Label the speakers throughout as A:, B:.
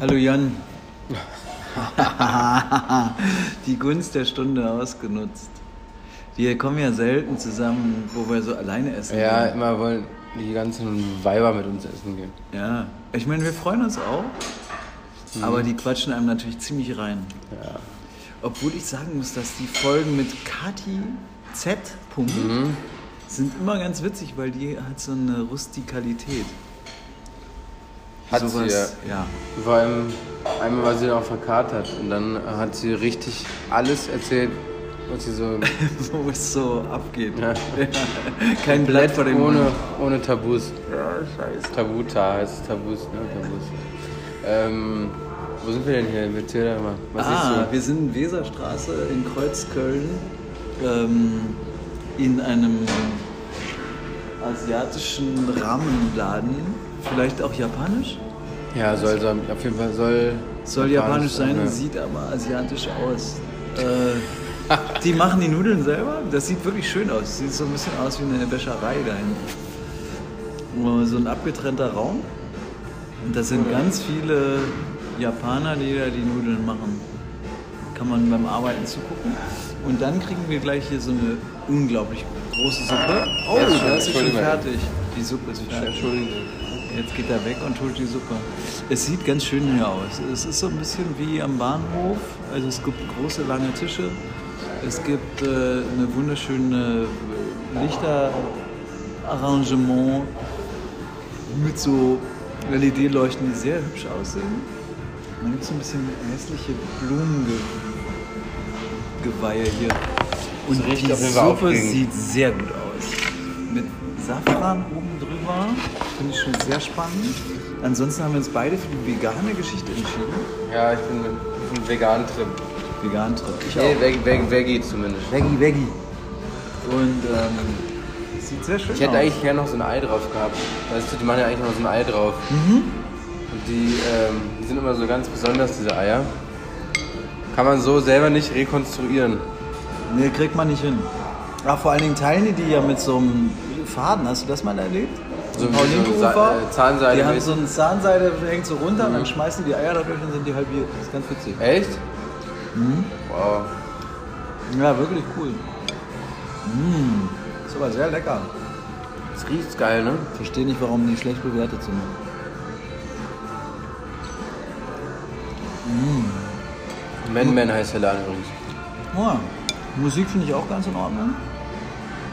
A: Hallo Jan. Die Gunst der Stunde ausgenutzt. Wir kommen ja selten zusammen, wo wir so alleine essen.
B: Ja,
A: gehen.
B: immer wollen die ganzen Weiber mit uns essen gehen.
A: ja. Ich meine, wir freuen uns auch, aber die quatschen einem natürlich ziemlich rein.
B: Mhm. Ja.
A: Obwohl ich sagen muss, dass die Folgen mit Kati Z. Punkt
B: Mhm.
A: sind immer ganz witzig, weil die hat so eine Rustikalität.
B: Hat
A: Sowas,
B: sie
A: ja.
B: ja. Vor allem, einmal war sie dann auch verkatert und dann hat sie richtig alles erzählt, was sie so
A: Wo es so abgeht.
B: Ja.
A: Kein Blatt vor dem
B: ohne,
A: Mund.
B: ohne Tabus. Ja, scheiße. Tabuta heißt es, Tabus, ne? Tabus. Ähm, wo sind wir denn hier? Erzähl doch mal. Was
A: Ah,
B: siehst
A: wir sind in Weserstraße in Kreuzköln ähm, in einem asiatischen Rahmenladen, vielleicht auch japanisch.
B: du? Ja, soll, soll auf jeden Fall soll. ne?
A: Soll japanisch sein,
B: ja.
A: sieht aber asiatisch aus. Äh, die machen die Nudeln selber, das sieht wirklich schön aus. Sieht so ein bisschen aus wie eine Wäscherei da hinten. Nur So ein abgetrennter Raum. Und das sind ganz viele Japaner, die da die Nudeln machen. Kann man beim Arbeiten zugucken. Und dann kriegen wir gleich hier so eine unglaublich große Suppe. Oh,
B: Ja, schon,
A: das ist schon
B: Entschuldigung.
A: fertig. Die Suppe ist fertig.
B: Entschuldigung.
A: Jetzt geht er weg und holt die Suppe. Es sieht ganz schön hier aus. Es ist so ein bisschen wie am Bahnhof. Also es gibt große lange Tische. Es gibt äh, eine wunderschöne Lichterarrangement mit so LED-Leuchten, die sehr hübsch aussehen. Dann gibt es ein bisschen hässliche Blumengeweihe hier. Und
B: richtig
A: die
B: auf jeden Fall
A: Suppe
B: aufregend.
A: sieht sehr gut aus. Mit Safran oben drüber. Finde ich schon sehr spannend. Ansonsten haben wir uns beide für die vegane Geschichte entschieden.
B: Ja, ich bin auf einem veganen Trip.
A: Vegan Trip. Ich
B: Nee, Veg, Veg, Veggie zumindest.
A: Veggie, Veggie. Und ähm, sieht sehr schön
B: Ich hätte
A: aus.
B: eigentlich gerne noch so ein Ei drauf gehabt. Weißt du, die machen ja eigentlich noch so ein Ei drauf.
A: Mhm.
B: Und die, ähm, die sind immer so ganz besonders, diese Eier. Kann man so selber nicht rekonstruieren.
A: Nee, kriegt man nicht hin. Aber vor allen Dingen teilen die die ja mit so einem Faden. Hast du das mal erlebt?
B: So
A: Im
B: wie so eine
A: Paulinehofer,
B: Sa- äh, Zahnseide Mhm.
A: Die haben
B: mäßig.
A: so eine Zahnseide, hängt so runter und dann schmeißen die Eier dadurch und sind die halbiert. Das ist ganz witzig.
B: Echt?
A: Mhm.
B: Wow.
A: Ja, wirklich cool. Mmh. Ist aber sehr lecker.
B: Das riecht geil, ne?
A: Verstehe nicht, warum die schlecht bewertet sind.
B: Man Man heißt der Laden übrigens.
A: Ja, Musik finde ich auch ganz in Ordnung.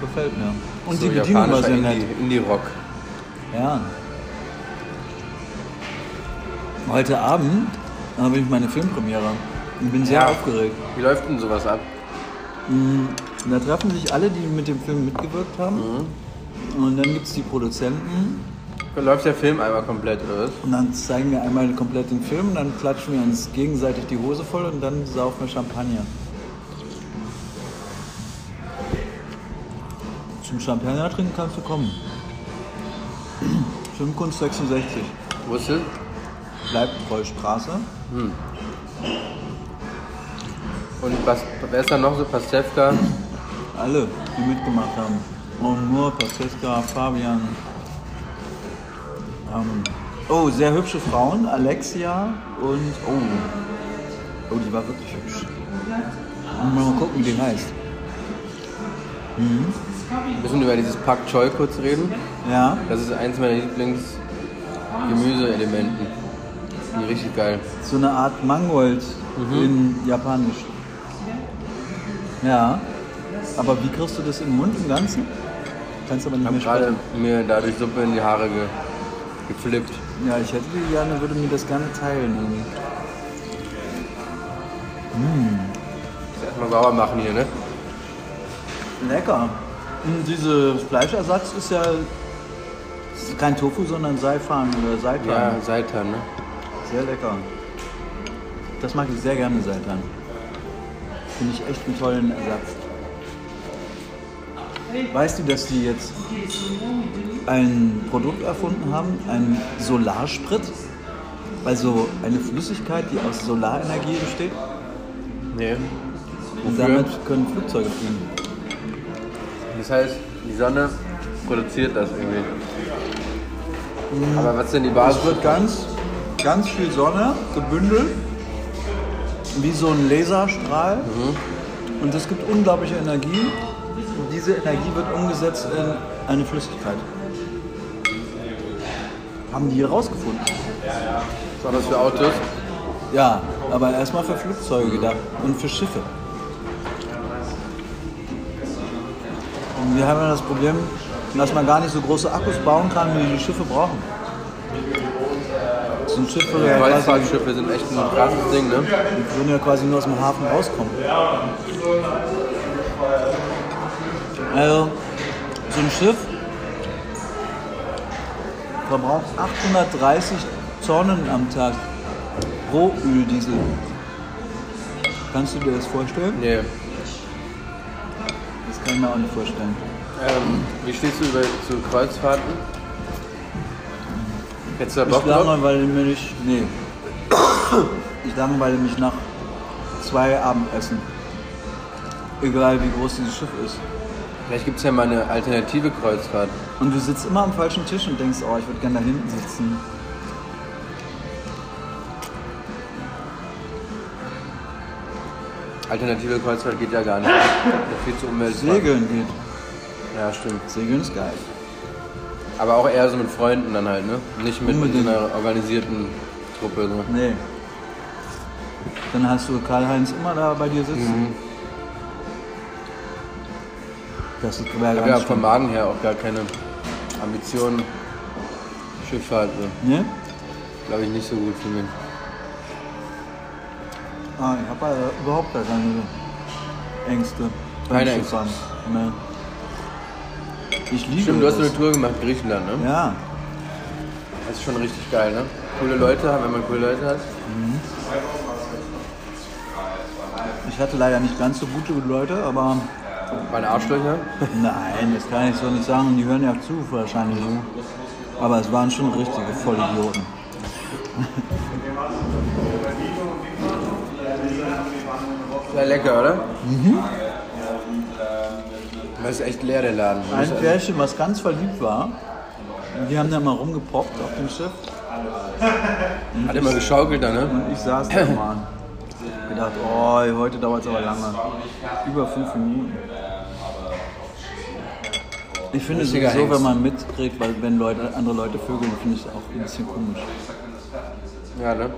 A: Gefällt mir. Und
B: So
A: die Bedienung war
B: japanischer
A: sehr nett.
B: Indie- Indie-Rock.
A: Ja. Heute Abend habe ich meine Filmpremiere und bin sehr
B: Ja.
A: aufgeregt.
B: Wie läuft denn sowas ab?
A: Und da treffen sich alle, die mit dem Film mitgewirkt haben. Und dann gibt es die Produzenten.
B: Läuft der Film einmal komplett, oder was?
A: Und dann zeigen wir einmal komplett den Film, dann klatschen wir uns gegenseitig die Hose voll und dann saufen wir Champagner. Zum Champagner trinken kannst du kommen. Filmkunst 66.
B: Wo ist das?
A: Bleibtreustraße.
B: Und was, wer ist da noch so? Pastewka?
A: Alle, die mitgemacht haben. Und nur Francesca, Fabian. Ähm, oh, sehr hübsche Frauen. Alexia und. Oh. Oh, die war wirklich hübsch. Mal gucken, wie die heißt.
B: Wir müssen über dieses Pak Choi kurz reden.
A: Ja,
B: Das ist eins meiner Lieblings-Gemüseelementen. Die richtig geil.
A: so eine Art Mangold in Japanisch. Ja. Aber wie kriegst du das im Mund im Ganzen? Kannst aber nicht mehr
B: Gerade
A: sprechen.
B: mir dadurch Suppe in die Haare ge geflippt.
A: Ja, ich hätte die gerne, würde mir das gerne teilen. irgendwie.
B: Muss Erstmal sauber machen hier, ne?
A: Lecker. Und diese Fleischersatz ist ja ist kein Tofu, sondern Seifan oder Seitan.
B: Ja, Seitan, ne?
A: Sehr lecker. Das mag ich sehr gerne, Seitan. Finde ich echt einen tollen Ersatz. Weißt du, dass die jetzt ein Produkt erfunden haben, einen Solarsprit? Also eine Flüssigkeit, die aus Solarenergie besteht.
B: Nee.
A: Und
B: Wofür?
A: damit können Flugzeuge fliegen.
B: Das heißt, die Sonne produziert das irgendwie. Aber was ist denn die Basis?
A: Es wird ganz, ganz viel Sonne gebündelt, wie so ein Laserstrahl. Und es gibt unglaubliche Energie. Und diese Energie wird umgesetzt in eine Flüssigkeit. Haben die hier rausgefunden?
B: Was ist das für Autos?
A: Ja, aber erstmal für Flugzeuge gedacht und für Schiffe. Und wir haben ja das Problem, dass man gar nicht so große Akkus bauen kann, wie die Schiffe brauchen. Das sind Schiffe, die ja quasi,
B: Kreuzfahrtschiffe sind echt ein krasses Ding, ne?
A: die würden ja quasi nur aus dem Hafen rauskommen. Also, so ein Schiff verbraucht 830 Tonnen am Tag pro Öldiesel. Kannst du dir das vorstellen?
B: Nee.
A: Das kann ich mir auch nicht vorstellen.
B: Ähm, wie stehst du über, zu Kreuzfahrten? Jetzt da Bock
A: Ich
B: drauf?
A: langweile mich, nee. Ich langweile mich nach zwei Abendessen. Egal wie groß dieses Schiff ist.
B: Vielleicht gibt es ja mal eine alternative Kreuzfahrt.
A: Und du sitzt immer am falschen Tisch und denkst, oh, ich würde gerne da hinten sitzen.
B: Alternative Kreuzfahrt geht ja gar nicht. Das ist viel zu umweltfreundlich.
A: Segeln geht.
B: Ja, stimmt.
A: Segeln ist geil.
B: Aber auch eher so mit Freunden dann halt, ne? Nicht mit, mit so
A: Unbedingt.
B: einer organisierten Truppe. So.
A: Nee. Dann hast du Karl-Heinz immer da bei dir sitzen.
B: Mhm.
A: Das ist wäre
B: Ich
A: ganz
B: habe ja vom
A: schlimm.
B: Magen her auch gar keine Ambitionen. Schifffahrt wird,
A: Ne?
B: glaube ich, nicht so gut für mich.
A: Ah, ich habe ja überhaupt gar keine Ängste. beim
B: Keine Ängste.
A: Schifffahren. Nee. Ich liebe
B: Stimmt, du hast so
A: das.
B: eine Tour gemacht, Griechenland, ne?
A: Ja.
B: Das ist schon richtig geil, ne? Coole Leute, haben, wenn man coole Leute hat.
A: Ich hatte leider nicht ganz so gute Leute, aber
B: Meine Arschlöcher.
A: nein, das kann ich so nicht sagen. Die hören ja zu wahrscheinlich. Aber es waren schon richtige Vollidioten.
B: Sehr lecker, oder? Mhm. Das ist echt leer, der Laden.
A: Ein Pärchen, was ganz verliebt war, die haben da mal rumgepoppt auf dem Schiff.
B: Hat immer geschaukelt da, ne?
A: Und ich saß da mal an. Hab gedacht, oh, heute dauert es aber lange. Über fünf Minuten. Ich finde
B: Richtiger
A: sowieso,
B: Hengst.
A: wenn man mitkriegt, weil wenn Leute, andere Leute vögeln, finde ich es auch ein bisschen komisch.
B: Ja, ne?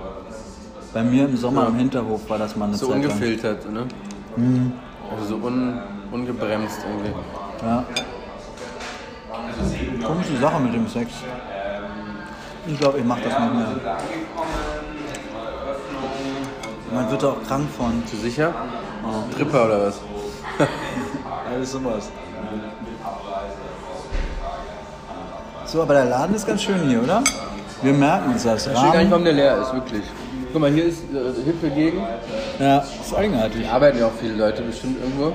A: Bei mir im Sommer im Hinterhof war das mal eine
B: So
A: Zeit lang.
B: ungefiltert, ne? Also so un, ungebremst irgendwie.
A: Ja. Komische Sache mit dem Sex. Ich glaube, ich mache das nicht mehr. Man wird da auch krank von.
B: Bist du sicher? Tripper oder was?
A: Alles sowas. So, aber der Laden ist ganz schön hier, oder? Wir merken uns das.
B: Ich verstehe gar nicht,
A: Rahmen,
B: warum der leer ist, wirklich. Guck mal, hier ist äh, hippe Gegend.
A: ja, ist eigenartig.
B: Hier arbeiten ja auch viele Leute bestimmt irgendwo.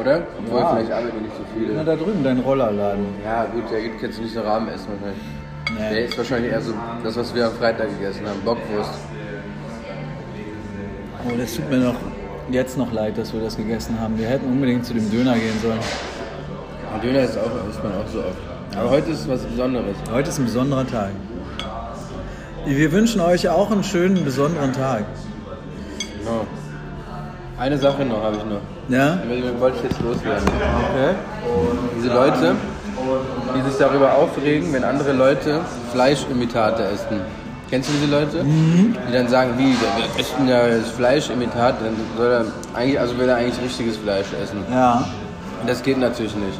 B: Oder? Obwohl,
A: Ja.
B: vielleicht arbeiten nicht so
A: Na,
B: viele.
A: da drüben, dein Rollerladen.
B: Ja, gut, der gibt jetzt nicht so Rahmenessen wahrscheinlich.
A: Nee.
B: Der ist wahrscheinlich eher so das, was wir am Freitag gegessen haben. Bockwurst.
A: Oh, das tut mir noch jetzt noch leid, dass wir das gegessen haben. Wir hätten unbedingt zu dem Döner gehen sollen.
B: Und Döner ist auch, isst man auch so oft. Aber heute ist es was Besonderes.
A: Heute ist ein besonderer Tag. Wir wünschen euch auch einen schönen, besonderen Tag.
B: Genau. Eine Sache noch habe ich noch.
A: Ja?
B: Die Wollte ich jetzt loswerden.
A: Okay.
B: Diese Leute, die sich darüber aufregen, wenn andere Leute Fleischimitate essen. Kennst du diese Leute? Die dann sagen, wie, wir wir essen ja das Fleischimitat, dann soll er eigentlich, also will er eigentlich richtiges Fleisch essen.
A: Ja.
B: Und das geht natürlich nicht.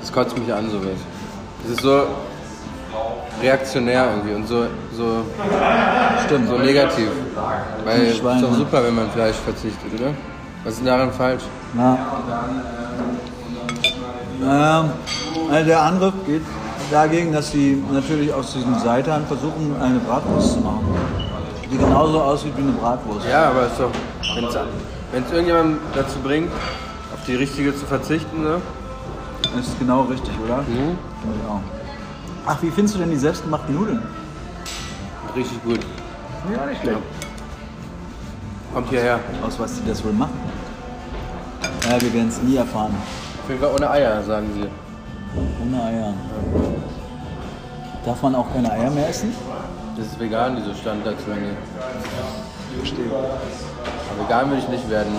B: Das kotzt mich an, sowas. Das ist so reaktionär irgendwie und so, so,
A: Stimmt.
B: so negativ. Weil es ist
A: Schwein,
B: doch
A: ne?
B: super, wenn man Fleisch verzichtet, oder? Was ist denn daran falsch?
A: Ja. Naja, also der Angriff geht dagegen, dass sie natürlich aus diesem Seitan versuchen, eine Bratwurst zu machen. Die genauso aussieht wie eine Bratwurst.
B: Ja, aber es ist doch, wenn es irgendjemand dazu bringt, auf die richtige zu verzichten, ne?
A: Das ist genau richtig, oder?
B: Mhm.
A: Ja. Ach, wie findest du denn die selbstgemachten Nudeln?
B: Richtig gut.
A: Ja, nicht schlecht.
B: Kommt hierher.
A: Aus was die das wohl machen? Ja, wir werden es nie erfahren.
B: Auf jeden Fall ohne Eier, sagen sie.
A: Ohne Eier. Darf man auch keine Eier mehr essen?
B: Das ist vegan, diese Standardsmenü.
A: Verstehe.
B: Vegan will ich nicht werden.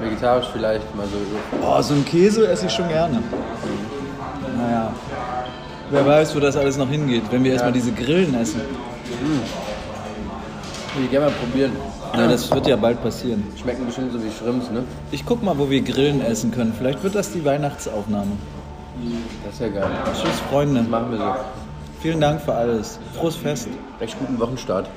B: Vegetarisch vielleicht mal so.
A: Boah, Oh, so einen Käse esse ich schon gerne. Naja. Wer weiß, wo das alles noch hingeht, wenn wir erstmal diese Grillen essen.
B: Will ich gerne mal probieren.
A: Ja, das wird ja bald passieren.
B: Schmecken bestimmt so wie Shrimps, ne?
A: Ich guck mal, wo wir Grillen essen können. Vielleicht wird das die Weihnachtsaufnahme.
B: Das ist ja geil.
A: Tschüss, Freunde.
B: Machen wir so.
A: Vielen Dank für alles. Frohes Fest.
B: Recht guten Wochenstart.